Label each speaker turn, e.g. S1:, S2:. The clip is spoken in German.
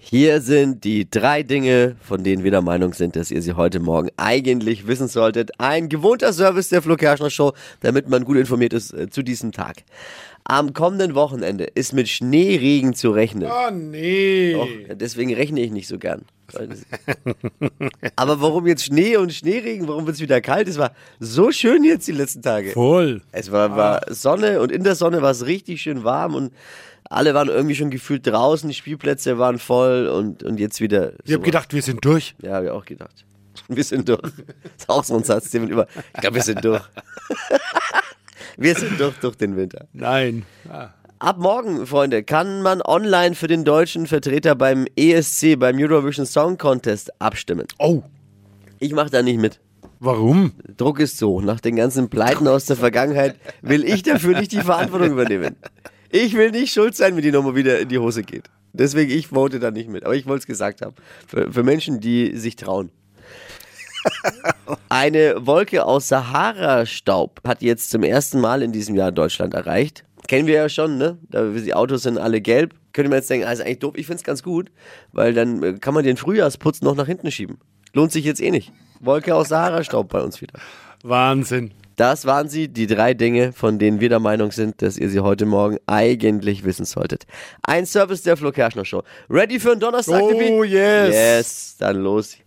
S1: Hier sind die drei Dinge, von denen wir der Meinung sind, dass ihr sie heute Morgen eigentlich wissen solltet. Ein gewohnter Service der Flo Kerschner Show, damit man gut informiert ist äh, zu diesem Tag. Am kommenden Wochenende ist mit Schneeregen zu rechnen.
S2: Oh nee.
S1: Doch, deswegen rechne ich nicht so gern. Aber warum jetzt Schnee und Schneeregen? Warum wird es wieder kalt? Es war so schön jetzt die letzten Tage.
S3: Voll.
S1: Es war, war Sonne und in der Sonne war es richtig schön warm und alle waren irgendwie schon gefühlt draußen, die Spielplätze waren voll und, und jetzt wieder.
S3: Ich
S1: so.
S3: habe gedacht, wir sind durch.
S1: Ja, habe ich auch gedacht. Wir sind durch. ist auch so ein Satz, den man über. Ich glaube, wir sind durch. wir sind durch durch den Winter.
S3: Nein.
S1: Ab morgen, Freunde, kann man online für den deutschen Vertreter beim ESC, beim Eurovision Song Contest abstimmen.
S3: Oh,
S1: Ich mache da nicht mit.
S3: warum?
S1: Druck ist so. Nach den ganzen Pleiten aus der Vergangenheit will ich dafür nicht die Verantwortung übernehmen. Ich will nicht schuld sein, wenn die Nummer wieder in die Hose geht. Deswegen, ich vote da nicht mit. Aber ich wollte es gesagt haben. Für, für Menschen, die sich trauen. Eine Wolke aus Sahara-Staub hat jetzt zum ersten Mal in diesem Jahr Deutschland erreicht. Kennen wir ja schon, ne? Da- Die Autos sind alle gelb. Könnte man jetzt denken, also eigentlich doof. Ich finde es ganz gut, weil dann äh, kann man den Frühjahrsputz noch nach hinten schieben. Lohnt sich jetzt eh nicht. Wolke aus Sahara-Staub bei uns wieder.
S3: Wahnsinn.
S1: Das waren sie, die drei Dinge, von denen wir der Meinung sind, dass ihr sie heute Morgen eigentlich wissen solltet. Ein Service der Flo Kerschner Show. Ready für einen Donnerstag?
S3: Oh,
S1: Tippi?
S3: yes.
S1: Yes, dann los.